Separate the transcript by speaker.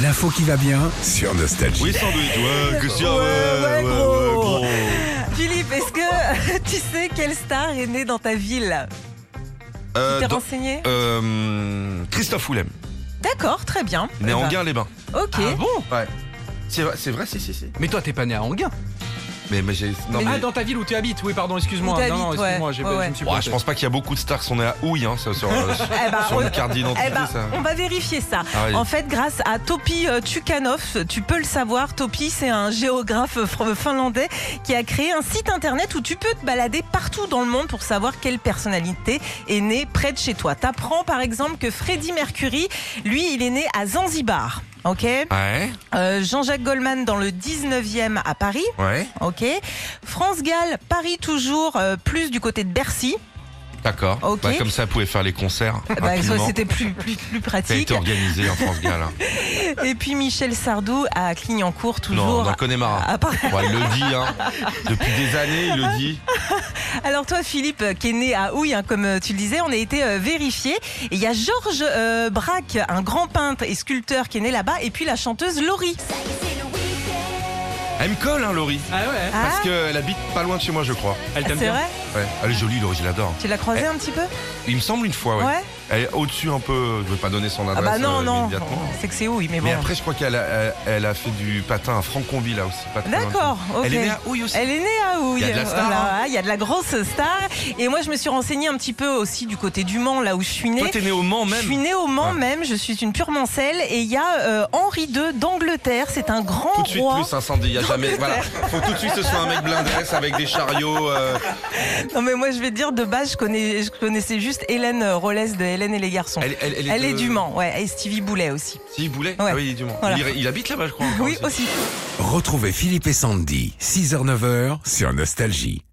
Speaker 1: L'info qui va bien.
Speaker 2: Sur Nostalgie.
Speaker 3: Oui, sandwich, ouais, que si,
Speaker 4: Ouais,
Speaker 3: ouais,
Speaker 4: ouais,
Speaker 3: ouais, ouais,
Speaker 4: gros.
Speaker 3: gros.
Speaker 4: Philippe, est-ce que tu sais quelle star est née dans ta ville
Speaker 3: Euh,
Speaker 4: T'es
Speaker 3: dans-
Speaker 4: renseigné
Speaker 3: euh, Christophe Willem,
Speaker 4: D'accord, très bien.
Speaker 3: né
Speaker 4: Eh
Speaker 3: en
Speaker 4: ben,
Speaker 3: Guerre-les-Bains.
Speaker 4: Ok.
Speaker 5: Ah bon
Speaker 3: Ouais. C'est vrai, c'est vrai, si, si, si.
Speaker 5: Mais toi, t'es pas né à Anguin
Speaker 3: Mais, mais j'ai. Non,
Speaker 4: Mais-
Speaker 3: mais.
Speaker 5: Ah, dans ta ville où tu habites Oui, pardon,
Speaker 4: Où
Speaker 5: excuse-moi.
Speaker 4: t'habites,
Speaker 5: Non, non,
Speaker 4: ouais,
Speaker 5: excuse-moi, j'ai
Speaker 4: ouais,
Speaker 5: pas-
Speaker 4: ouais.
Speaker 5: je me suis
Speaker 3: Ouah,
Speaker 5: planté.
Speaker 3: je pense pas qu'il y a beaucoup de stars qui sont nés à Houille, hein, ça, sur, euh, sur-
Speaker 4: Eh ben,
Speaker 3: sur
Speaker 4: on-
Speaker 3: une carte d'identité,
Speaker 4: eh ben,
Speaker 3: ça.
Speaker 4: on va vérifier ça.
Speaker 3: Ah oui.
Speaker 4: En fait, grâce à Topi euh, Tukanov, tu peux le savoir, Topi, c'est un géographe fr- euh, finlandais qui a créé un site internet où tu peux te balader partout dans le monde pour savoir quelle personnalité est née près de chez toi. T'apprends par exemple que Freddie Mercury, lui, il est né à Zanzibar. Ok.
Speaker 3: Ouais,
Speaker 4: Euh, Jean-Jacques Goldman dans le 19e à Paris.
Speaker 3: ouais,
Speaker 4: Ok. France Gall, Paris toujours, euh, plus du côté de Bercy.
Speaker 3: d'accord.
Speaker 4: Ok.
Speaker 3: Bah, comme ça, elle pouvait faire les concerts.
Speaker 4: Bah, ça,
Speaker 3: rapidement.
Speaker 4: C'était plus, plus, plus
Speaker 3: Ça a
Speaker 4: pratique.
Speaker 3: été organisé en France Gall. hein.
Speaker 4: Et puis Michel Sardou à Clignancourt,
Speaker 3: Non,
Speaker 4: toujours.
Speaker 3: on en connaît marre.
Speaker 4: À Paris.
Speaker 3: Ouais, il le dit, hein. Depuis des années, il le dit.
Speaker 4: Alors toi, Philippe, euh, qui est né à Houille, hein, comme euh, tu le disais, on a été euh, vérifié. Et Il y a Georges euh, Braque, un grand peintre et sculpteur qui est né là-bas, et puis la chanteuse Laurie.
Speaker 3: Elle me colle, hein, Laurie.
Speaker 5: Ah ouais Ah,
Speaker 3: Parce
Speaker 4: Ah,
Speaker 3: qu'elle habite pas loin de chez moi, je crois.
Speaker 5: Elle
Speaker 4: c'est
Speaker 5: t'aime bien
Speaker 4: vrai
Speaker 3: Ouais. Elle est jolie, Laurie, je l'adore.
Speaker 4: Tu l'as croisée un petit peu
Speaker 3: Il me semble une fois, ouais.
Speaker 4: Ouais.
Speaker 3: Elle est au-dessus un peu. Je veux pas donner son
Speaker 4: Ah
Speaker 3: adresse
Speaker 4: bah non,
Speaker 3: euh,
Speaker 4: non.
Speaker 3: immédiatement.
Speaker 4: C'est que c'est Houille, mais bon.
Speaker 3: Mais après, je crois qu'elle a, elle- elle a fait du patin à Franconville, là aussi. pas très loin.
Speaker 4: D'accord, ok.
Speaker 3: Elle est née à Houille aussi.
Speaker 4: Elle est née à Houille.
Speaker 3: Il y a de la star, hein.
Speaker 4: Voilà, il y a de la grosse star. Et moi, je me suis renseignée un petit peu aussi du côté du Mans, là où je suis née.
Speaker 3: Toi, t'es née au Mans
Speaker 4: Je suis
Speaker 3: même.
Speaker 4: née au Mans
Speaker 3: Ouais.
Speaker 4: même, je suis une pure mancelle et il y a euh, Henri II d'Angleterre, c'est un grand
Speaker 3: Tout de suite,
Speaker 4: roi.
Speaker 3: plus incendie. Il y a jamais. Voilà. Faut tout de suite que ce soit un mec blindesse avec des chariots. euh,
Speaker 4: Non mais moi je vais te dire de base je, connais, je connaissais juste Hélène Rollès de Hélène et les garçons. Elle,
Speaker 3: Elle, elle- elle est,
Speaker 4: est
Speaker 3: de-
Speaker 4: du Mans, ouais, et Stevie Boulet aussi.
Speaker 3: Si, Boulet
Speaker 4: Ouais.
Speaker 3: Ah oui, il est du Mans.
Speaker 4: Voilà.
Speaker 3: Il, il habite là-bas, je crois. encore
Speaker 4: Oui aussi.
Speaker 1: Retrouvez Philippe et Sandy, 6h-9h sur Nostalgie.